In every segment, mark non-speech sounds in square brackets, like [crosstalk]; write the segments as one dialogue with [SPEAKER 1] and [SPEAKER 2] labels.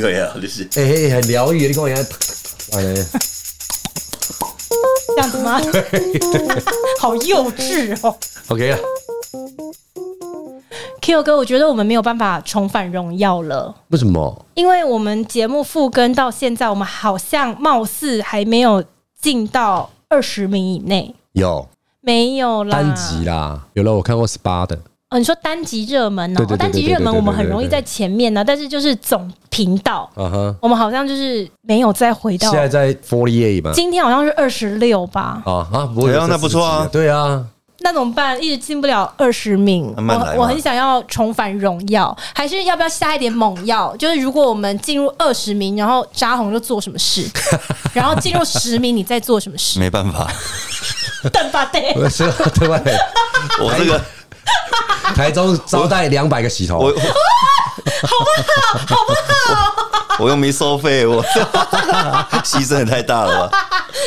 [SPEAKER 1] 对啊，就是
[SPEAKER 2] 哎、嘿很疗愈。你看我原来，完了，
[SPEAKER 3] 这样子吗？ [laughs] 好幼稚哦。
[SPEAKER 2] OK 啊，
[SPEAKER 3] Q 哥，我觉得我们没有办法重返荣耀了，
[SPEAKER 2] 为什么？
[SPEAKER 3] 因为我们节目复更到现在，我们好像貌似还没有进到二十名以内，
[SPEAKER 2] 有
[SPEAKER 3] 没有啦。
[SPEAKER 2] 单集啦，有了我看过 SPA 的，
[SPEAKER 3] 哦，你说单集热门哦，
[SPEAKER 2] 对对对对
[SPEAKER 3] 哦单集热门我们很容易在前面啊呢、但是就是总频道，
[SPEAKER 2] 嗯哼，
[SPEAKER 3] 我们好像就是没没有再回到
[SPEAKER 2] 现。在在 Forty Eight 嘛，
[SPEAKER 3] 今天好像是二十六吧，
[SPEAKER 2] 啊啊，不会
[SPEAKER 1] 哎呀
[SPEAKER 2] 有这
[SPEAKER 1] 那
[SPEAKER 2] 四
[SPEAKER 1] 不错啊
[SPEAKER 2] 集了对啊，
[SPEAKER 3] 那怎么办？一直进不了二十名，
[SPEAKER 1] 慢慢来
[SPEAKER 3] 我我
[SPEAKER 1] 嘛
[SPEAKER 3] 很想要重返荣耀，还是要不要下一点猛药？就是如果我们进入二十名，然后扎红就做什
[SPEAKER 1] [laughs]
[SPEAKER 3] 么事，然后进入十名你再做什么事？
[SPEAKER 1] 没办法，
[SPEAKER 3] 邓巴
[SPEAKER 1] [laughs]
[SPEAKER 3] 对，
[SPEAKER 2] 我是对 [laughs] 不对？
[SPEAKER 1] 我这个
[SPEAKER 2] 台中招待两百个洗头
[SPEAKER 1] 我，我好不好？好不好？我又没收费，我 [laughs] 牺牲也太大了吧？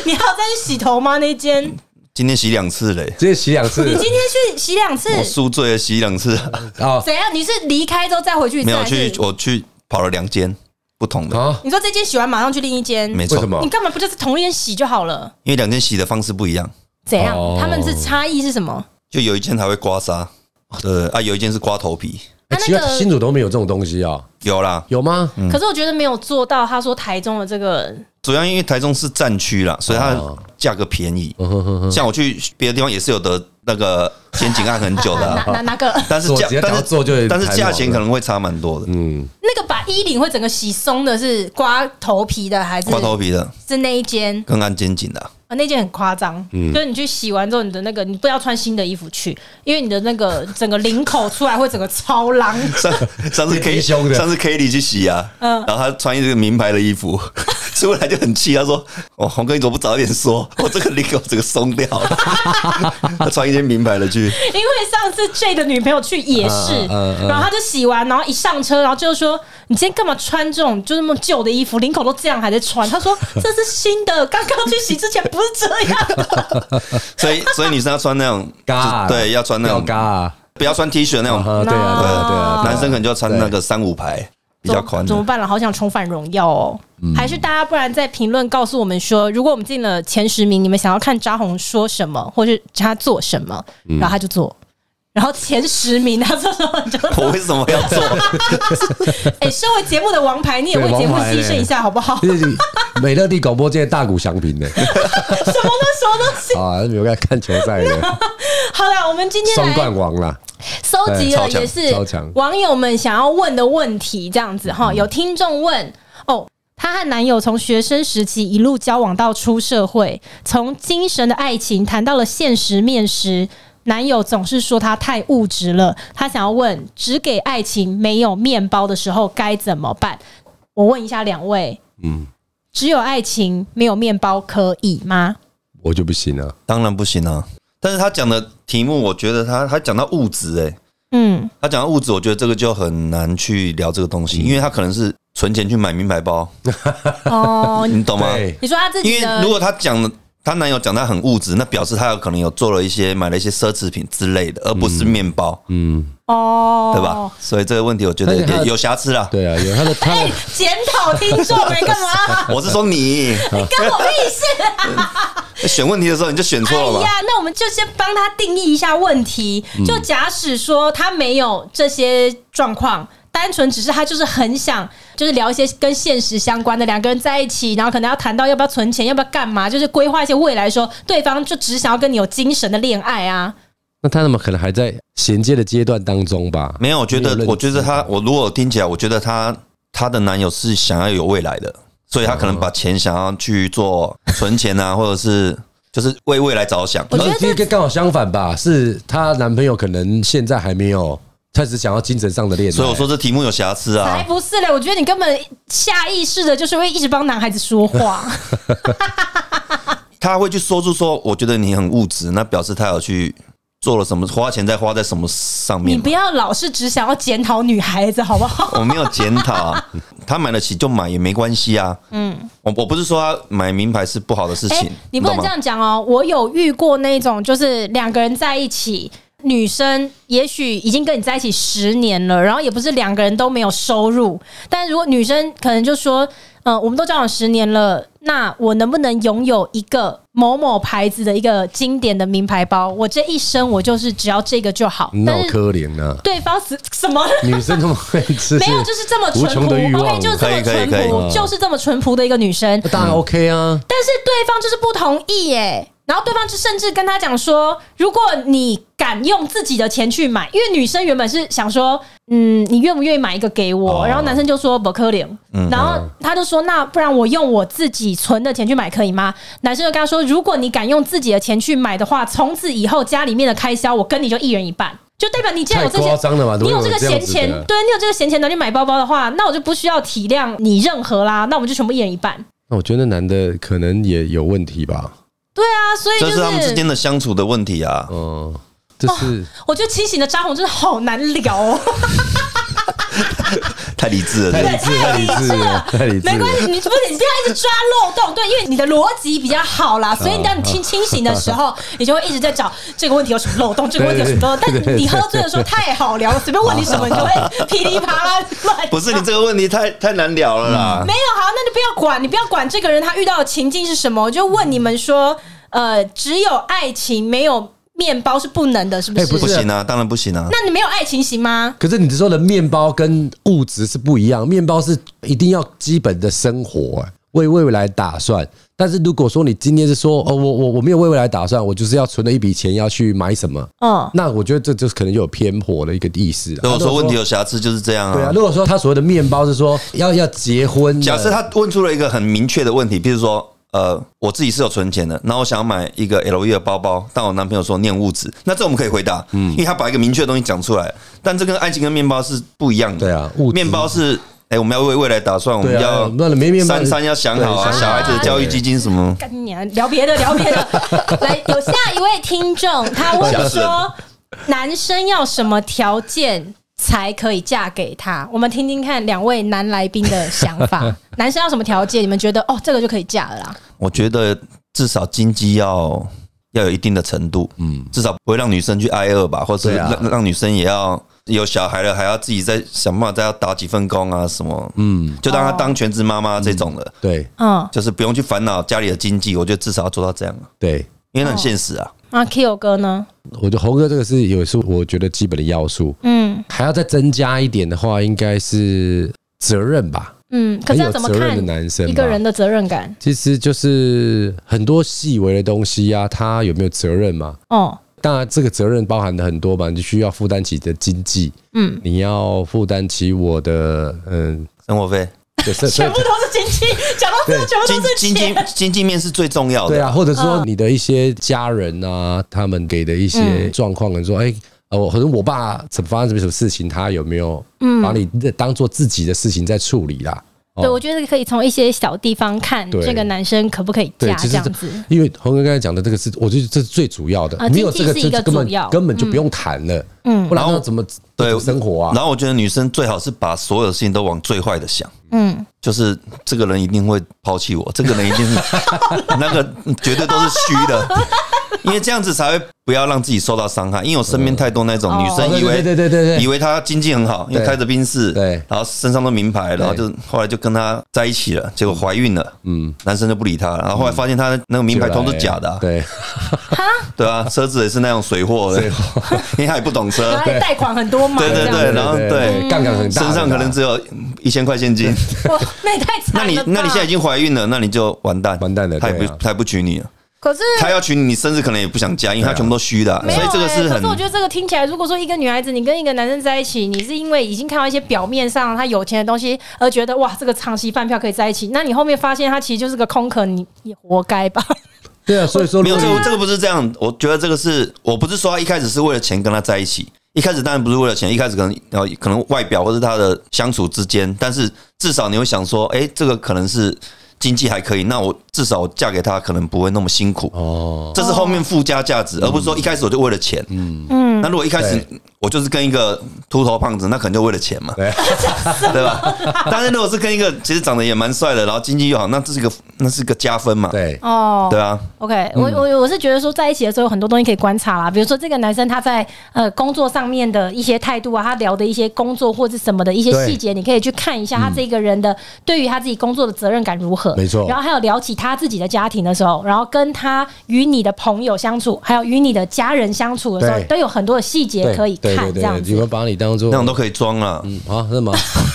[SPEAKER 3] 你还要再去洗头吗？那间你
[SPEAKER 1] 今天洗两次嘞，
[SPEAKER 2] 直接洗两次
[SPEAKER 3] 今天去洗两次，
[SPEAKER 1] 我宿醉了洗两次，
[SPEAKER 2] 啊
[SPEAKER 3] 怎样？你是离开之后再回去一次？
[SPEAKER 1] 没有
[SPEAKER 3] 还是
[SPEAKER 1] 去，我去跑了两间不同的，
[SPEAKER 2] 啊！
[SPEAKER 3] 你说这间洗完马上去另一间，
[SPEAKER 1] 没
[SPEAKER 2] 为
[SPEAKER 1] 错
[SPEAKER 2] 什，么
[SPEAKER 3] 你？干嘛不就是同一间洗就好了？
[SPEAKER 1] 因为两间洗的方式不一样，
[SPEAKER 3] 怎样？
[SPEAKER 2] 哦
[SPEAKER 3] 他们是差异是什么？
[SPEAKER 1] 就有一间还会刮痧，呃啊，有一间是刮头皮，
[SPEAKER 2] 哎
[SPEAKER 3] 那那
[SPEAKER 2] 奇怪，
[SPEAKER 3] 个
[SPEAKER 2] 新竹都没有这种东西啊，
[SPEAKER 1] 有啦，
[SPEAKER 2] 有吗？
[SPEAKER 1] 嗯
[SPEAKER 3] 可是我觉得没有做到。他说台中的这个
[SPEAKER 1] 主要因为台中是战区啦，所以它
[SPEAKER 2] 哦
[SPEAKER 1] 价格便宜。
[SPEAKER 2] 嗯
[SPEAKER 1] 像我去别的地方也是有得那个 [laughs] 肩颈按很久的
[SPEAKER 3] 哪
[SPEAKER 1] 啊、
[SPEAKER 3] 哪哪个
[SPEAKER 1] 但是
[SPEAKER 2] 做
[SPEAKER 1] 价
[SPEAKER 2] 直接
[SPEAKER 1] 但
[SPEAKER 2] 打
[SPEAKER 1] 是
[SPEAKER 2] 到做就有点
[SPEAKER 1] 但是
[SPEAKER 2] 太
[SPEAKER 1] 价
[SPEAKER 2] 猛
[SPEAKER 1] 钱
[SPEAKER 2] 了嗯
[SPEAKER 1] 可能会差蛮多的。
[SPEAKER 3] 那个把衣领会整个洗松的是刮头皮的还是
[SPEAKER 1] 刮头皮的
[SPEAKER 3] 是那一间？
[SPEAKER 1] 跟按肩颈的啊、
[SPEAKER 3] 啊，那件很夸张，
[SPEAKER 1] 嗯
[SPEAKER 3] 就是你去洗完之后，你的那个你不要穿新的衣服去，因为你的那个整个领口出来会整个超
[SPEAKER 1] [laughs]
[SPEAKER 3] 狼。
[SPEAKER 2] [laughs]
[SPEAKER 1] 上上次 K
[SPEAKER 2] 低胸的
[SPEAKER 1] 上次 K 里去洗啊，
[SPEAKER 3] 嗯
[SPEAKER 1] 然后他穿一个名牌的衣
[SPEAKER 3] [laughs]
[SPEAKER 1] 服出来就很气，他说：“哦，红哥你怎么不早点
[SPEAKER 3] [laughs]
[SPEAKER 1] 说？我这个领口整个松掉了。” [laughs] 他穿一件名牌的去，
[SPEAKER 3] 因为上次 J 的女朋友去也是，
[SPEAKER 1] 啊
[SPEAKER 2] 嗯嗯嗯
[SPEAKER 3] 然后她就洗完，然后一上车，然后就说：“你今天干嘛穿这种就那么旧的衣服，领口都这样还在穿？”她说：“这是新的，刚刚去洗之前不是这样的。
[SPEAKER 1] 所以所以女生要穿那种
[SPEAKER 2] 嘎啊，
[SPEAKER 1] 就对，要穿那
[SPEAKER 2] 要
[SPEAKER 1] 种
[SPEAKER 2] 嘎啊，
[SPEAKER 1] 不要穿 T 恤那种
[SPEAKER 2] 啊对啊，对啊，对啊，
[SPEAKER 1] 男生可能就要穿那个三五牌，比
[SPEAKER 3] 怎
[SPEAKER 1] 较
[SPEAKER 3] 么”
[SPEAKER 1] 宽
[SPEAKER 3] 怎么
[SPEAKER 1] 的。嗯
[SPEAKER 3] 办了？好想重返荣耀哦！还是大家不然在评论告诉我们说，如果我们进了前十名，你们想要看扎红说什么，或是他做什么，
[SPEAKER 1] 嗯
[SPEAKER 3] 然后他就做。然后前十名他做什么你就做
[SPEAKER 1] [laughs] 我为什么要做？
[SPEAKER 3] 哎、身为节目的王牌，你也为
[SPEAKER 2] 对
[SPEAKER 3] 节目
[SPEAKER 2] 王牌
[SPEAKER 3] 牺牲
[SPEAKER 2] 嘞
[SPEAKER 3] 一下好
[SPEAKER 1] [laughs]
[SPEAKER 3] 不好？
[SPEAKER 2] 这是美乐蒂广播界大鼓响平
[SPEAKER 3] [laughs]
[SPEAKER 2] 的
[SPEAKER 3] 什么都什么东西。
[SPEAKER 2] 啊，没有在看球
[SPEAKER 3] [laughs]
[SPEAKER 2] 赛的
[SPEAKER 3] 好了，我们今天
[SPEAKER 2] 双
[SPEAKER 3] 来
[SPEAKER 2] 冠王啦，
[SPEAKER 3] 收集了
[SPEAKER 1] 哎超强嗯
[SPEAKER 3] 也是
[SPEAKER 2] 超强
[SPEAKER 3] 网友们想要问的问题，这样子哈。有听众问哦，她和男友从学生时期一路交往到出社会，从精神的爱情谈到了现实面时。男友总是说她太物质了，她想要问，只给爱情没有面包的时候该怎么办？我问一下两位，
[SPEAKER 2] 嗯，
[SPEAKER 3] 只有爱情没有面包可以吗？
[SPEAKER 2] 我就不行了。
[SPEAKER 1] 当然不行啊！但是他讲的题目，我觉得他他讲到物质，哎，
[SPEAKER 3] 嗯，
[SPEAKER 1] 他讲到物质，我觉得这个就很难去聊这个东西，
[SPEAKER 2] 嗯
[SPEAKER 1] 因为他可能是存钱去买名牌包，
[SPEAKER 3] [laughs] 哦，
[SPEAKER 1] 你懂吗？
[SPEAKER 2] 嗯对，
[SPEAKER 3] 你说她自
[SPEAKER 1] 因
[SPEAKER 3] 己
[SPEAKER 1] 为
[SPEAKER 3] 的
[SPEAKER 1] 如果他讲的。她男友讲她很物质，那表示她有可能有做了一些买了一些奢侈品之类的，而不是面包，
[SPEAKER 2] 嗯，
[SPEAKER 3] 哦，
[SPEAKER 1] 对吧？所以这个问题我觉得有
[SPEAKER 2] 而且他
[SPEAKER 1] 点有瑕疵啦。
[SPEAKER 2] [laughs] 对啊，有他的他的
[SPEAKER 3] 检讨听众哎，干嘛？
[SPEAKER 1] 我是说
[SPEAKER 3] [laughs]
[SPEAKER 1] 你
[SPEAKER 3] 跟我屁事！
[SPEAKER 1] [laughs] 选问题的时候你就选
[SPEAKER 3] 哎
[SPEAKER 1] 错了吧？
[SPEAKER 3] 呀，那我们就先帮他定义一下问题。就假使说他没有这些状况，单纯只是他就是很想，就是聊一些跟现实相关的，两个人在一起，然后可能要谈到要不要存钱，要不要干嘛，就是规划一些未来的时候，对方就只想要跟你有精神的恋爱啊。
[SPEAKER 2] 那他怎么可能还在衔接的阶段当中吧？
[SPEAKER 1] 没有，我觉
[SPEAKER 2] 没有认
[SPEAKER 1] 得，
[SPEAKER 2] 知
[SPEAKER 1] 我觉得她，我如果听起来，我觉得她她的男友是想要有未来的，所以她可能把钱想要去做存钱啊，或者是就是为未来着想。
[SPEAKER 3] 我觉得
[SPEAKER 2] 而且这个刚好相反吧，是她男朋友可能现在还没有，她只想要精神上的恋爱。
[SPEAKER 1] 所以我说这题目有瑕疵
[SPEAKER 3] 才
[SPEAKER 1] 啊，
[SPEAKER 3] 不是嘞！我觉得你根本下意识的就是会一直帮男孩子说话。
[SPEAKER 1] 他会去说出说，我觉得你很物质，那表示他有去做了什么，花钱在花在什么上
[SPEAKER 3] 你
[SPEAKER 1] 面嘛
[SPEAKER 3] 不。要老是只想要检讨女孩子，好不好？
[SPEAKER 1] 我没有检讨
[SPEAKER 3] [laughs]
[SPEAKER 1] 啊，他买得起就买也没关系啊。嗯，我我不是说他买名牌是不好的事
[SPEAKER 3] 哎，
[SPEAKER 1] 情，
[SPEAKER 3] 你不能
[SPEAKER 1] 懂
[SPEAKER 3] 这
[SPEAKER 1] 吗
[SPEAKER 3] 样讲哦。我有遇过那种，就是两个人在一起，女生也许已经跟你在一起十年了，然后也不是两个人都没有收入，但如果女生可能就说，嗯、我们都交往十年了，那我能不能拥有一个某某牌子的一个经典的名牌包？我这一生我就是只要这个就好。
[SPEAKER 2] 闹
[SPEAKER 3] 但是
[SPEAKER 2] 可怜呐，
[SPEAKER 3] 对方死什么？
[SPEAKER 2] 女生那么会吃，
[SPEAKER 3] [laughs] 没有，就是这么
[SPEAKER 2] 无
[SPEAKER 3] 淳
[SPEAKER 2] 穷的欲
[SPEAKER 3] 朴。
[SPEAKER 2] 望
[SPEAKER 3] OK，就是这
[SPEAKER 1] 可以
[SPEAKER 3] 么
[SPEAKER 1] 可以
[SPEAKER 3] 淳
[SPEAKER 1] 可以
[SPEAKER 3] 朴，就是这么淳朴的一个女生。
[SPEAKER 2] 那当然 OK 啊，
[SPEAKER 3] 但是对方就是不同意耶。然后对方就甚至跟他讲说，如果你敢用自己的钱去买，因为女生原本是想说，嗯，你愿不愿意买一个给我？
[SPEAKER 2] 哦
[SPEAKER 3] 然后男生就说不可能，
[SPEAKER 1] 嗯
[SPEAKER 3] 然后他就说，那不然我用我自己存的钱去买可以吗？男生就跟他说，如果你敢用自己的钱去买的话，从此以后家里面的开销我跟你就一人一
[SPEAKER 1] 嗯
[SPEAKER 3] 半，就代表你既然有这
[SPEAKER 2] 太
[SPEAKER 3] 些
[SPEAKER 2] 夸张了吧
[SPEAKER 3] 你有这个
[SPEAKER 2] 怎么会有这
[SPEAKER 3] 闲
[SPEAKER 2] 样子
[SPEAKER 3] 钱，
[SPEAKER 2] 的
[SPEAKER 3] 对你有这个闲钱拿去买包包的话，那我就不需要体谅你任何啦，那我们就全部一人一半。
[SPEAKER 2] 那我觉得那男的可能也有问题吧，
[SPEAKER 3] 对啊，所以就
[SPEAKER 1] 这
[SPEAKER 3] 是
[SPEAKER 1] 是他们之间的相处的问题啊。
[SPEAKER 3] 哦
[SPEAKER 2] 嗯，这是
[SPEAKER 3] 我觉得清醒的张红真的好难聊哦。
[SPEAKER 1] 太理智了，
[SPEAKER 2] 太
[SPEAKER 1] 对不
[SPEAKER 2] 理
[SPEAKER 1] 对
[SPEAKER 2] 智，太理智了，太理智
[SPEAKER 3] 没
[SPEAKER 2] 了
[SPEAKER 3] 关。系，你不是你不要一直抓漏洞，对，因为你的逻辑比较好啦，所以当你听清醒的时候， [laughs] 你就会一直在找这个问题有什么漏洞，这个问题有什么漏
[SPEAKER 2] 对
[SPEAKER 3] 洞。
[SPEAKER 2] 对对
[SPEAKER 3] 但你
[SPEAKER 2] 对对
[SPEAKER 3] 喝醉的时候太好聊了，随便问你什么，你就会噼里啪啦乱。
[SPEAKER 1] [laughs] 不是你这个问题太太难聊了啦
[SPEAKER 3] [laughs] 没。有好，那你不要管，你不要管这个人他遇到的情境是什么，我就问你们说，呃，只有爱情没有面包是不能的，是不是？
[SPEAKER 2] 哎不
[SPEAKER 1] 不
[SPEAKER 2] 是
[SPEAKER 1] 行啊，当然不行啊。
[SPEAKER 3] 那你没有爱情行吗？
[SPEAKER 2] 可是你说的面包跟物质是不一样，面包是一定要基本的生活、哎为未来打算。但是如果说你今天是说哦，我我我没有为未来打算，我就是要存了一笔钱要去买什么，
[SPEAKER 3] 嗯，
[SPEAKER 2] 那我觉得这就是可能就有偏颇的一个意思啊。
[SPEAKER 1] 如果说问题
[SPEAKER 2] 如
[SPEAKER 1] 有瑕疵，就是这样
[SPEAKER 2] 果说对啊，
[SPEAKER 1] 啊。
[SPEAKER 2] 如果说他所谓的面包是说哦要要结婚的，
[SPEAKER 1] 假设他问出了一个很明确的问题，比如说，呃，我自己是有存钱的，然后我想要买一个 LV 的包包，但我男朋友说念物质，那这我们可以回答，嗯，因为他把一个明确的东西讲出来，但这跟爱情跟面包是不一样的，
[SPEAKER 2] 对啊物质
[SPEAKER 1] 面包是。哎、我们要为未来打算，我们
[SPEAKER 2] 对啊
[SPEAKER 1] 要
[SPEAKER 2] 那没面包
[SPEAKER 1] 三三要想好啊，
[SPEAKER 2] 对
[SPEAKER 1] 小孩子的教育基金什么，
[SPEAKER 3] 干你娘！聊别的，聊别
[SPEAKER 2] [laughs]
[SPEAKER 3] 的。来，有下一位听众，他问说，男生要什么条件才可以嫁给他？我们听听看两位男来宾的想
[SPEAKER 2] [laughs]
[SPEAKER 3] 法。男生要什么条件？你们觉得哦，这个就可以嫁了啦？
[SPEAKER 1] 我觉得至少经济要要有一定的程度，嗯，至少不会让女生去挨饿吧，或者是
[SPEAKER 2] 对啊
[SPEAKER 1] 让、让女生也要有小孩了，还要自己再想办法再要打几份工啊什么，嗯，就让她当全职妈妈这种的，
[SPEAKER 2] 对
[SPEAKER 3] 嗯，
[SPEAKER 1] 就是不用去烦恼家里的经济，我觉得至少要做到这样啊，
[SPEAKER 2] 对，
[SPEAKER 1] 因为很现实啊，
[SPEAKER 3] 那 Q 哥呢？
[SPEAKER 2] 我觉得猴哥这个是有是我觉得基本的要素，
[SPEAKER 3] 嗯
[SPEAKER 2] 还要再增加一点的话，应该是责任吧。
[SPEAKER 3] 嗯，可
[SPEAKER 2] 很
[SPEAKER 3] 是要
[SPEAKER 2] 有
[SPEAKER 3] 怎么
[SPEAKER 2] 责任
[SPEAKER 3] 看
[SPEAKER 2] 的男生吧，
[SPEAKER 3] 一个人的责任感？
[SPEAKER 2] 其实就是很多细微的东西啊，他有没有责任嘛？
[SPEAKER 3] 哦，
[SPEAKER 2] 当然，这个责任包含的很多嘛，你需要负担起你的经济，
[SPEAKER 3] 嗯，
[SPEAKER 2] 你要负担起我的，
[SPEAKER 3] [laughs]
[SPEAKER 2] 嗯，
[SPEAKER 1] 生活费、
[SPEAKER 2] 对是
[SPEAKER 3] 全部都是经济，讲到最后全部
[SPEAKER 1] 经
[SPEAKER 3] 都是
[SPEAKER 1] 经济
[SPEAKER 3] 钱。
[SPEAKER 1] 经济面是最重要
[SPEAKER 2] 对
[SPEAKER 1] 的
[SPEAKER 3] 哦
[SPEAKER 2] 啊，。或者说你的一些家人啊，他们给的一些状况，可能说，哎、呃，我可能我爸怎么发生什么什么事情，他有没有把你当做自己的事情在处理啦？
[SPEAKER 3] 嗯对，我觉得可以从一些小地方看
[SPEAKER 2] 对
[SPEAKER 3] 这个男生可不可以
[SPEAKER 2] 对
[SPEAKER 3] 嫁，
[SPEAKER 2] 其
[SPEAKER 3] 这
[SPEAKER 2] 实
[SPEAKER 3] 样
[SPEAKER 2] 这
[SPEAKER 3] 子。
[SPEAKER 2] 因为洪哥刚才讲的这个是，我觉得这是最主要的，
[SPEAKER 3] 啊
[SPEAKER 2] 没有这个
[SPEAKER 3] 经济是
[SPEAKER 2] 就
[SPEAKER 3] 一个
[SPEAKER 2] 根本
[SPEAKER 3] 主要
[SPEAKER 2] 根本就不用谈了，
[SPEAKER 3] 嗯
[SPEAKER 2] 不然
[SPEAKER 1] 然后
[SPEAKER 2] 要怎么
[SPEAKER 1] 对
[SPEAKER 2] 怎么生活啊？
[SPEAKER 1] 然后我觉得女生最好是把所有事情都往最坏的想，
[SPEAKER 3] 嗯，
[SPEAKER 1] 就是这个人一定会抛弃我，这个人一定是 [laughs] 那个绝对都是虚的，因为这样子才会不要让自己受到伤害。因为我身边太多那种女
[SPEAKER 2] 哦
[SPEAKER 1] 生
[SPEAKER 2] 对
[SPEAKER 1] 以为
[SPEAKER 2] 对对对对对
[SPEAKER 1] 以为她经济很好，因为
[SPEAKER 2] 对
[SPEAKER 1] 开着宾士，
[SPEAKER 2] 对
[SPEAKER 1] 然后身上都名牌，然后就后来就跟她在一起了，结果怀孕了，嗯，男生就不理她了，然后后来发现她那个名牌都是假的啊，
[SPEAKER 2] 对，
[SPEAKER 1] 对啊，车子也是那种水货的， [laughs] 因为她也不懂车
[SPEAKER 3] 然，后还贷款很多嘛，
[SPEAKER 1] 对对
[SPEAKER 3] 这样
[SPEAKER 1] 对
[SPEAKER 3] 子
[SPEAKER 1] 然后对
[SPEAKER 2] 杠杆很大
[SPEAKER 1] 身
[SPEAKER 2] 的啦，
[SPEAKER 1] 上可能只有一千块现金。
[SPEAKER 3] 哇，那也太惨
[SPEAKER 1] 那
[SPEAKER 3] 了
[SPEAKER 1] 你
[SPEAKER 3] 吧。
[SPEAKER 1] 那你现在已经怀孕了，那你就完蛋，
[SPEAKER 2] 完蛋了
[SPEAKER 1] 他也
[SPEAKER 2] 对
[SPEAKER 1] 不
[SPEAKER 2] 啊
[SPEAKER 1] 他也不娶你了，
[SPEAKER 3] 可是
[SPEAKER 1] [laughs] 他要娶你，你甚至可能也不想嫁，因为他全部都虚的啊，
[SPEAKER 3] 没有、
[SPEAKER 1] 所
[SPEAKER 3] 欸，
[SPEAKER 1] 以这个是
[SPEAKER 3] 可是我
[SPEAKER 1] 很
[SPEAKER 3] 觉得这个听起来，如果说一个女孩子你跟一个男生在一起，你是因为已经看到一些表面上他有钱的东西，而觉得哇，这个长期饭票可以在一起，那你后面发现他其实就是个空壳，你也活该吧？
[SPEAKER 2] 对啊，所以说
[SPEAKER 1] 没有这
[SPEAKER 2] 如果
[SPEAKER 1] 个这个不是这样，我觉得这个是我不是说他一开始是为了钱跟他在一起。一开始当然不是为了钱，一开始可能呃可能外表或是他的相处之间，但是至少你会想说，哎、这个可能是经济还可以，那我至少我嫁给他可能不会那么辛苦。
[SPEAKER 2] 哦，
[SPEAKER 1] 这是后面附加价值，而不是说一开始我就为了钱。嗯嗯，那如果一开始
[SPEAKER 2] 对
[SPEAKER 1] 我就是跟一个秃头胖子，那可能就为了钱嘛，
[SPEAKER 2] 对
[SPEAKER 1] 对吧？ [laughs] 当然，如果是跟一个其实长得也蛮帅的，然后经济又好，那这是一个那是一个加分嘛，
[SPEAKER 2] 对，
[SPEAKER 3] 哦，
[SPEAKER 1] 对啊，
[SPEAKER 3] OK，我
[SPEAKER 2] 嗯
[SPEAKER 3] 我我是觉得说在一起的时候有很多东西可以观察啦，比如说这个男生他在呃工作上面的一些态度啊，他聊的一些工作或者什么的一些
[SPEAKER 2] 对嗯
[SPEAKER 3] 细节，你可以去看一下他这个人的对于他自己工作的责任感如何。
[SPEAKER 2] 没错
[SPEAKER 3] 然后还有聊起他自己的家庭的时候，然后跟他与你的朋友相处，还有与你的家人相处的时候
[SPEAKER 2] 对，
[SPEAKER 3] 都有很多的细节
[SPEAKER 2] 对
[SPEAKER 3] 可以
[SPEAKER 2] 对
[SPEAKER 3] 看
[SPEAKER 2] 对
[SPEAKER 3] 这
[SPEAKER 2] 对
[SPEAKER 3] 样
[SPEAKER 2] 对，你
[SPEAKER 3] 子。
[SPEAKER 2] 们把你当做
[SPEAKER 1] 那种都可以装了。
[SPEAKER 2] 啊，是 [laughs] 吗
[SPEAKER 3] [laughs]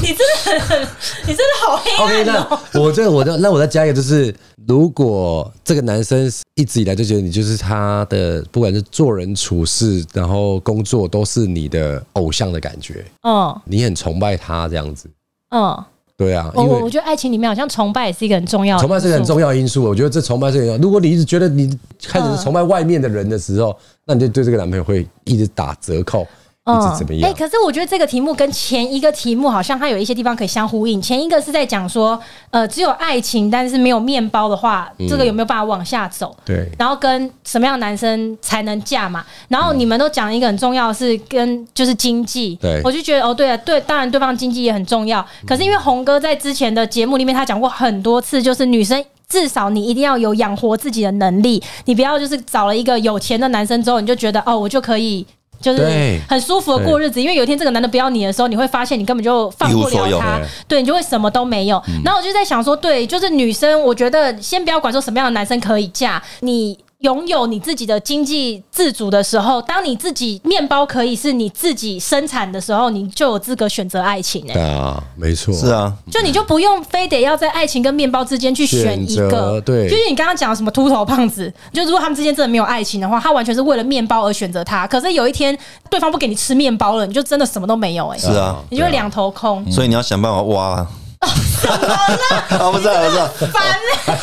[SPEAKER 3] 你真的很，你真的好黑
[SPEAKER 2] ？OK，
[SPEAKER 3] 暗哦、
[SPEAKER 2] 那我这我的那我再加一个，就是如果这个男生一直以来就觉得你就是他的，不管是做人处事，然后工作都是你的偶像的感觉，
[SPEAKER 3] 嗯
[SPEAKER 2] 你很崇拜他这样子，
[SPEAKER 3] 嗯，
[SPEAKER 2] 对啊，
[SPEAKER 3] 我
[SPEAKER 2] 因
[SPEAKER 3] 我
[SPEAKER 2] 为
[SPEAKER 3] 我觉得爱情里面好像崇拜也是一个很重要的，
[SPEAKER 2] 崇拜是个很重要的因素，我觉得这崇拜是个很重要。如果你一直觉得你开
[SPEAKER 3] 嗯
[SPEAKER 2] 始崇拜外面的人的时候，那你就对这个男朋友会一直打折扣，一直怎么样？
[SPEAKER 3] 哎、可是我觉得这个题目跟前一个题目好像它有一些地方可以相呼应。前一个是在讲说，呃，只有爱情但是没有面包的话，
[SPEAKER 2] 嗯
[SPEAKER 3] 这个有没有办法往下走？
[SPEAKER 2] 对
[SPEAKER 3] 然后跟什么样的男生才能嫁嘛？然后你们都讲一个很重要的是跟就是经济，
[SPEAKER 2] 对嗯
[SPEAKER 3] 我就觉得哦，对啊，对，当然对方经济也很重要。可是因为红哥在之前的节目里面他讲过很多次，就是女生。至少你一定要有养活自己的能力，你不要就是找了一个有钱的男生之后，你就觉得哦，我就可以就是
[SPEAKER 2] 对
[SPEAKER 3] 很舒服的过日子。因为有一天这个男的不要你的时候，你会发现你根本就放不
[SPEAKER 1] 一无所
[SPEAKER 3] 了
[SPEAKER 1] 有
[SPEAKER 3] 他
[SPEAKER 2] 对，
[SPEAKER 3] 啊对你就会什么都没有。然后我就在想说，对，就是女生，我觉得先不要管说什么样的男生可以嫁，你。拥有你自己的经济自主的时候，当你自己面包可以是你自己生产的时候，你就有资格选择爱情、欸
[SPEAKER 2] 对啊，没错，
[SPEAKER 1] 是啊，
[SPEAKER 3] 就你就不用非得要在爱情跟面包之间去选一
[SPEAKER 2] 选
[SPEAKER 3] 个
[SPEAKER 2] 择，对
[SPEAKER 3] 就是你刚刚讲的什么秃头胖子，就如果他们之间真的没有爱情的话，他完全是为了面包而选择他。可是有一天对方不给你吃面包了，你就真的什么都没有
[SPEAKER 2] 嗯
[SPEAKER 3] 哎、
[SPEAKER 1] 是啊，
[SPEAKER 3] 你就会两头空，
[SPEAKER 1] 所以你要想办法挖
[SPEAKER 3] 哦
[SPEAKER 1] 啊。 [laughs] 啊，不是啊，不是啊，
[SPEAKER 3] 烦、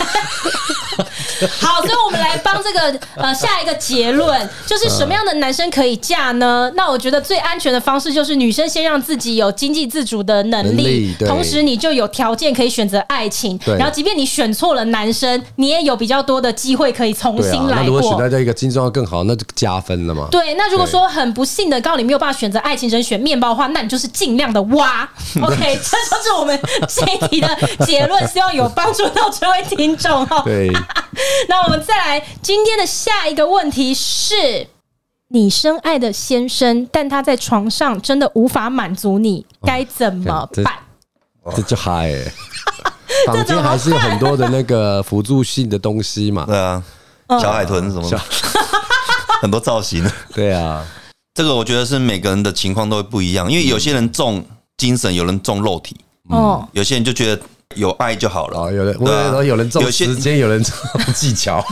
[SPEAKER 3] [laughs] 好，所以我们来帮这个呃下一个结论，就是什么样的男生可以嫁
[SPEAKER 2] 嗯
[SPEAKER 3] 呢？那我觉得最安全的方式就是女生先让自己有经济自主的能
[SPEAKER 2] 能
[SPEAKER 3] 力
[SPEAKER 2] 力，对
[SPEAKER 3] 同时你就有条件可以选择爱情。
[SPEAKER 2] 对
[SPEAKER 3] 然后，即便你选错了男生，你也有比较多的机会可以重
[SPEAKER 2] 对
[SPEAKER 3] 新
[SPEAKER 2] 啊。
[SPEAKER 3] 来
[SPEAKER 2] 那如
[SPEAKER 3] 过。
[SPEAKER 2] 果选到这一个金状更好，那就加分了嘛。
[SPEAKER 3] 对，那如果说很不幸的，刚好你没有办法选择爱情人选面包的话，那你就是尽量的
[SPEAKER 2] [laughs]
[SPEAKER 3] 挖。OK，这就是我们这一题的结论，希望有帮助到这位听众哦。
[SPEAKER 2] 对，
[SPEAKER 3] 那我们再来今天的下一个问题是：你深爱的先生，但他在床上真的无法满足你，该怎么
[SPEAKER 2] 哦这
[SPEAKER 3] 办？
[SPEAKER 2] 这就嗨、
[SPEAKER 3] [laughs]
[SPEAKER 2] 欸。房间还是有很多的那个辅助性的东
[SPEAKER 1] [laughs]
[SPEAKER 2] 西嘛。
[SPEAKER 1] 对啊，
[SPEAKER 3] 嗯
[SPEAKER 1] 小海豚什么的
[SPEAKER 2] 小，
[SPEAKER 1] 很多造型。
[SPEAKER 2] 对啊，
[SPEAKER 1] 这个我觉得是每个人的情况都会不一样，因为有些人重精神，有人重肉体，
[SPEAKER 2] 嗯
[SPEAKER 3] 哦，
[SPEAKER 1] 有些人就觉得有爱就好了
[SPEAKER 2] 哦，，有人，我
[SPEAKER 1] 对啊
[SPEAKER 2] 有人有人中
[SPEAKER 1] 有些
[SPEAKER 2] 时间，有人中技巧，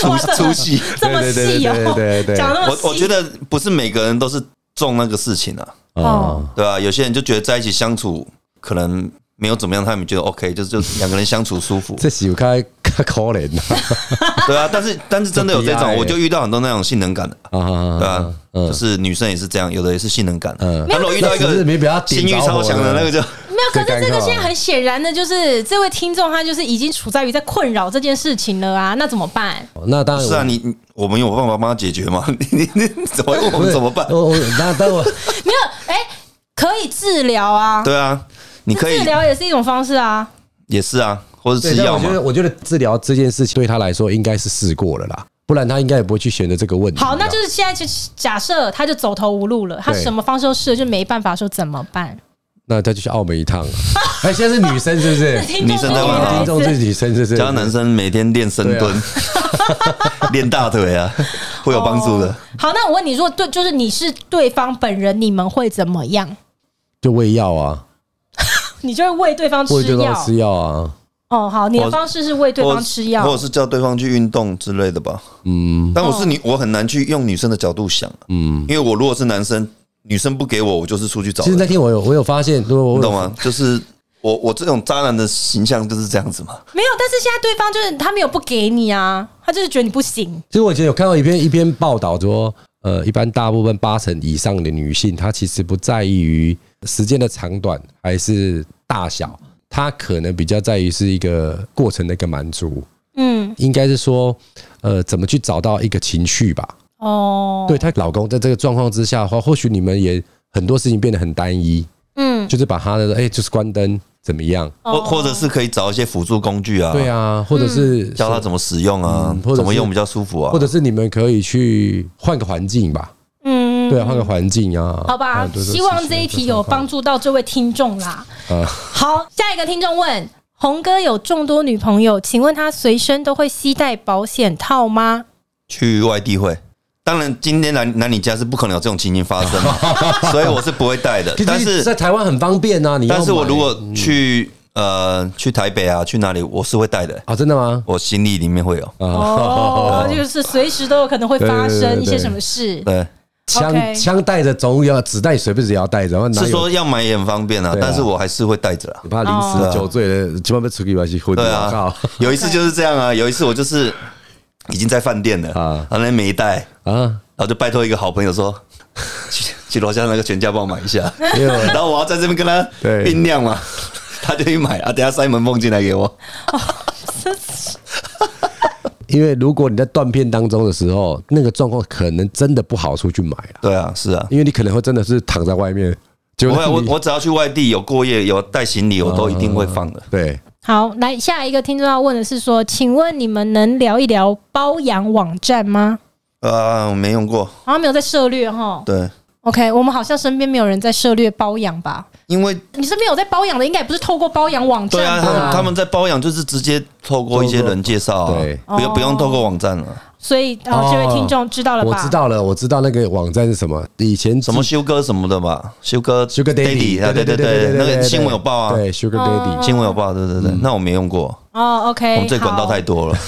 [SPEAKER 1] 出出戏。
[SPEAKER 3] 这么
[SPEAKER 2] 对对对
[SPEAKER 3] 细
[SPEAKER 2] 对对对
[SPEAKER 3] 哦，
[SPEAKER 2] 对
[SPEAKER 3] 讲得那么细，
[SPEAKER 1] 我我觉得不是每个人都是重那个事情啊，
[SPEAKER 3] 哦
[SPEAKER 2] 哦，
[SPEAKER 1] 对吧、有些人就觉得在一起相处可能没有怎么样，他们觉得 OK，就是就是两个人相处舒服
[SPEAKER 2] [laughs] ，这喜开可可怜
[SPEAKER 1] 对啊。但是但是真的有这
[SPEAKER 2] 这不一
[SPEAKER 1] 种，
[SPEAKER 2] 样欸
[SPEAKER 1] 我就遇到很多那种性能感的，
[SPEAKER 2] 啊
[SPEAKER 1] 对吧
[SPEAKER 2] 啊，？
[SPEAKER 1] 就是女生也是这样，有的也是性能感，
[SPEAKER 2] 嗯
[SPEAKER 1] 但如果遇到一
[SPEAKER 2] 那只是
[SPEAKER 1] 个
[SPEAKER 2] 没被他点
[SPEAKER 1] 性欲
[SPEAKER 2] 着
[SPEAKER 1] 超
[SPEAKER 2] 火
[SPEAKER 1] 强的
[SPEAKER 2] 而已
[SPEAKER 1] 那个就。
[SPEAKER 3] 没有。可
[SPEAKER 2] 最
[SPEAKER 3] 是这
[SPEAKER 2] 尴
[SPEAKER 3] 个
[SPEAKER 2] 尬啊
[SPEAKER 3] 现在很显然的，就是这位听众他就是已经处在于在困扰这件事情了啊，那怎么办？
[SPEAKER 2] [laughs] 那当然
[SPEAKER 1] 是啊，你你我们有办法帮他解决吗？ [laughs] 你你你怎么问我
[SPEAKER 2] 我
[SPEAKER 1] 们怎么办？
[SPEAKER 2] [laughs] 我我哦那
[SPEAKER 1] [laughs]
[SPEAKER 2] 但我
[SPEAKER 3] 没有，哎、可以治疗啊，
[SPEAKER 1] 对啊，你可以
[SPEAKER 3] 治疗也是一种方式啊。
[SPEAKER 1] 也是啊，或者
[SPEAKER 2] 对
[SPEAKER 1] 吃
[SPEAKER 2] 但
[SPEAKER 1] 药
[SPEAKER 2] 我觉得
[SPEAKER 1] 嘛。
[SPEAKER 2] 我觉得治疗这件事情对他来说应该是试过了啦，不然他应该也不会去选择这个问题。啊
[SPEAKER 3] 好，那就是现在就假设他就走投无路了，他
[SPEAKER 2] 对
[SPEAKER 3] 什么方式都试了，就没办法说怎么办？
[SPEAKER 2] 那他就去澳门一趟了。 [laughs] 哎，现在是女生是不是？
[SPEAKER 3] [laughs] 听众
[SPEAKER 1] 女
[SPEAKER 3] 是
[SPEAKER 1] 生在问啊
[SPEAKER 3] 孩
[SPEAKER 2] 听众是
[SPEAKER 3] 子，
[SPEAKER 2] 女生是不是？
[SPEAKER 1] 教男生每天练深蹲， [laughs] 练大腿啊，会有帮助的
[SPEAKER 3] 哦。好，那我问你，如果对，就是你是对方本人，你们会怎么样？
[SPEAKER 2] 就喂药啊，
[SPEAKER 3] 你就会喂对方
[SPEAKER 2] 喂对
[SPEAKER 3] 吃
[SPEAKER 2] 方
[SPEAKER 3] 药
[SPEAKER 2] 吃。药啊。
[SPEAKER 3] 哦，好，你的
[SPEAKER 1] 或
[SPEAKER 3] 方式是喂对
[SPEAKER 1] 或
[SPEAKER 3] 方吃药
[SPEAKER 1] 或。者是叫对方去运动之类的吧。嗯，但我是女，我很难去用女生的角度想。嗯，因为我如果是男生，女生不给我，我就是出去找
[SPEAKER 2] 其实
[SPEAKER 1] 人，
[SPEAKER 2] 那天我有我有发现，我
[SPEAKER 1] 你
[SPEAKER 2] 我
[SPEAKER 1] 懂吗？就是我我这种渣男的形象就是这样子嘛。
[SPEAKER 3] 没有，但是现在对方就是他没有不给你啊，他就是觉得你不行。
[SPEAKER 2] 其实我以前有看到一篇一篇报道说，呃，一般大部分八成以上的女性，她其实不在意于时间的长短还是大小，她可能比较在于是一个过程的一个满足，
[SPEAKER 3] 嗯，
[SPEAKER 2] 应该是说，呃，怎么去找到一个情绪吧。
[SPEAKER 3] 哦，
[SPEAKER 2] 对，她老公在这个状况之下的话，或许你们也很多事情变得很单一，
[SPEAKER 3] 嗯，
[SPEAKER 2] 就是把她的哎、就是关灯怎么样？
[SPEAKER 1] 或或者是可以找一些辅助工具啊，
[SPEAKER 2] 哦
[SPEAKER 1] 嗯
[SPEAKER 2] 对，啊，或者是、
[SPEAKER 3] 嗯
[SPEAKER 1] 教他怎么使用啊
[SPEAKER 2] 嗯或，者是
[SPEAKER 1] 怎么用比较舒服啊，
[SPEAKER 2] 或者是你们可以去换个环境吧，
[SPEAKER 3] 嗯，
[SPEAKER 2] 对啊，换个环境啊。
[SPEAKER 3] 好吧，希望这一题有帮
[SPEAKER 2] 助。
[SPEAKER 3] 助到这位听众啦。
[SPEAKER 2] 啊
[SPEAKER 3] 好，下一个听众问：红哥有众多女朋友，请问他随身都会携带保险套吗？
[SPEAKER 1] 去外地会。当然，今天来来你家是不可能有这种情形发生
[SPEAKER 2] [laughs]
[SPEAKER 1] 嘛，所以我是不会带的
[SPEAKER 2] 其。实
[SPEAKER 1] 但
[SPEAKER 2] 在
[SPEAKER 1] 是，
[SPEAKER 2] 台湾很方便啊，你要
[SPEAKER 1] 但是我
[SPEAKER 2] 买
[SPEAKER 1] 如果去呃去台北啊，去哪里，我是会带的，
[SPEAKER 2] 啊，真的吗？
[SPEAKER 1] 我行李里面会有。
[SPEAKER 2] 啊嗯 [laughs]
[SPEAKER 3] 哦，就是随时都有可能会发生一些什么事。 [laughs]
[SPEAKER 1] 对，
[SPEAKER 2] 枪
[SPEAKER 3] OK
[SPEAKER 2] 枪带着总要子弹随便也要带着，然后哪
[SPEAKER 1] 是
[SPEAKER 2] 有
[SPEAKER 1] 说要买也很方便啊
[SPEAKER 2] 对，啊
[SPEAKER 1] 但是我还是会带着啊。
[SPEAKER 2] 你怕临时酒醉了，千万别出去玩去混，
[SPEAKER 1] 对
[SPEAKER 2] 我靠 [laughs]
[SPEAKER 1] 啊，有一次就是这样啊，有一次我就是已经在饭店了
[SPEAKER 2] 啊
[SPEAKER 1] 啊，然后那没带，
[SPEAKER 2] 啊！
[SPEAKER 1] 然后就拜托一个好朋友说， [laughs] 去去楼下那个全家帮我买一
[SPEAKER 2] [laughs]
[SPEAKER 1] 下，
[SPEAKER 2] 没有
[SPEAKER 1] 然后我要在这边跟他
[SPEAKER 2] 对
[SPEAKER 1] 酝酿嘛，他就去买啊，等一下塞门缝进来给我。
[SPEAKER 2] 因为如果你在断片当中的时候，那个状况可能真的不好出去买了，
[SPEAKER 1] 对啊，是啊，
[SPEAKER 2] 因为你可能会真的是躺在外面，结
[SPEAKER 1] 不
[SPEAKER 2] 果
[SPEAKER 1] 会啊，我
[SPEAKER 2] 你嗯
[SPEAKER 1] 我只要去外地有过夜有带行李，我都一定会放的。
[SPEAKER 2] 对
[SPEAKER 3] 好，来下一个听众要问的是说，请问你们能聊一聊包养网站吗？
[SPEAKER 1] 啊，我没用过，
[SPEAKER 3] 好像没有在涉略哈。
[SPEAKER 1] 对，
[SPEAKER 3] OK，我们好像身边没有人在涉略包养吧？
[SPEAKER 1] 因为
[SPEAKER 3] 你身边有在包养的，应该也不是透过包养网
[SPEAKER 1] 对啊，
[SPEAKER 3] 站
[SPEAKER 1] 他们
[SPEAKER 3] 吧？
[SPEAKER 1] 他们在包养就是直接透过一些人介绍啊
[SPEAKER 2] 对，
[SPEAKER 1] 不用不用
[SPEAKER 3] 哦
[SPEAKER 1] 透过网站啊了，
[SPEAKER 3] 所以，呃然后这位听众知道了吧？
[SPEAKER 2] 哦我知道了，我知道那个网站是什么，以前
[SPEAKER 1] 什么修哥什么的吧，哦修哥
[SPEAKER 2] Sugar Daddy，
[SPEAKER 1] Daddy 啊，对对对，嗯那个新闻有报啊，
[SPEAKER 2] 对 Sugar
[SPEAKER 3] 哦
[SPEAKER 2] Daddy，
[SPEAKER 1] 新闻有报，对对对，那我没用过，
[SPEAKER 3] 哦，OK，
[SPEAKER 1] 我们这管道太多了，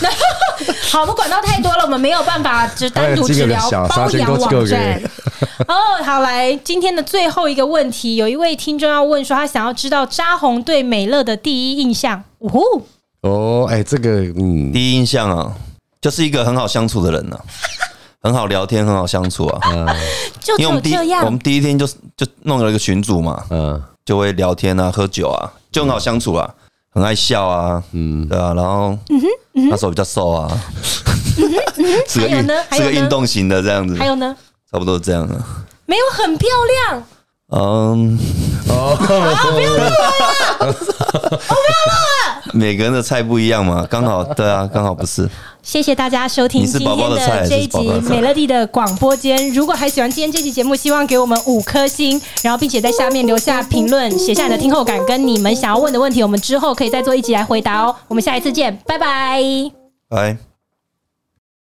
[SPEAKER 3] 好，我们管道太多了，我们没有办法只单独只聊
[SPEAKER 2] 哎
[SPEAKER 3] 包养网站。 [laughs] 哦，好来，今天的最后一个问题，有一位听众要问说，他想要知道扎红对美乐的第一印象。呜呼，
[SPEAKER 2] 哦，哎，这个嗯，
[SPEAKER 1] 第一印象啊，就是一个很好相处的人呢、啊，很好聊天，很好相处啊。
[SPEAKER 3] 就只
[SPEAKER 1] 因为我
[SPEAKER 3] 有
[SPEAKER 1] 们第
[SPEAKER 3] 这
[SPEAKER 1] 一我们
[SPEAKER 3] 样。
[SPEAKER 1] 第一天就就弄了一个群组嘛，
[SPEAKER 2] 嗯，
[SPEAKER 1] 就会聊天啊，喝酒啊，就很好相处啊，很爱笑啊，嗯，对啊，然后那时候比较瘦啊，是个
[SPEAKER 3] 还有
[SPEAKER 1] 运
[SPEAKER 3] 呢还
[SPEAKER 1] 是
[SPEAKER 3] 有
[SPEAKER 1] 个
[SPEAKER 3] 呢
[SPEAKER 1] 运动型的这样子，
[SPEAKER 3] 还有呢，
[SPEAKER 1] 差不多这样啊的。
[SPEAKER 3] 没有很漂亮，
[SPEAKER 1] 嗯，
[SPEAKER 3] 啊
[SPEAKER 1] [laughs] 每个人的菜不一样嘛，刚好对啊，刚好不是。
[SPEAKER 3] 谢谢大家收听
[SPEAKER 1] 你是
[SPEAKER 3] 今
[SPEAKER 1] 宝宝
[SPEAKER 3] 天
[SPEAKER 1] 的菜
[SPEAKER 3] 的
[SPEAKER 1] 还是
[SPEAKER 3] 这一集
[SPEAKER 1] 宝宝的菜
[SPEAKER 3] 美乐蒂的广播间。如果还喜欢今天这期节目，希望给我们五颗星，然后并且在下面留下评论，写下你的听后感跟你们想要问的问题，我们之后可以再做一集来回答哦。我们下一次见，拜拜。
[SPEAKER 1] 来。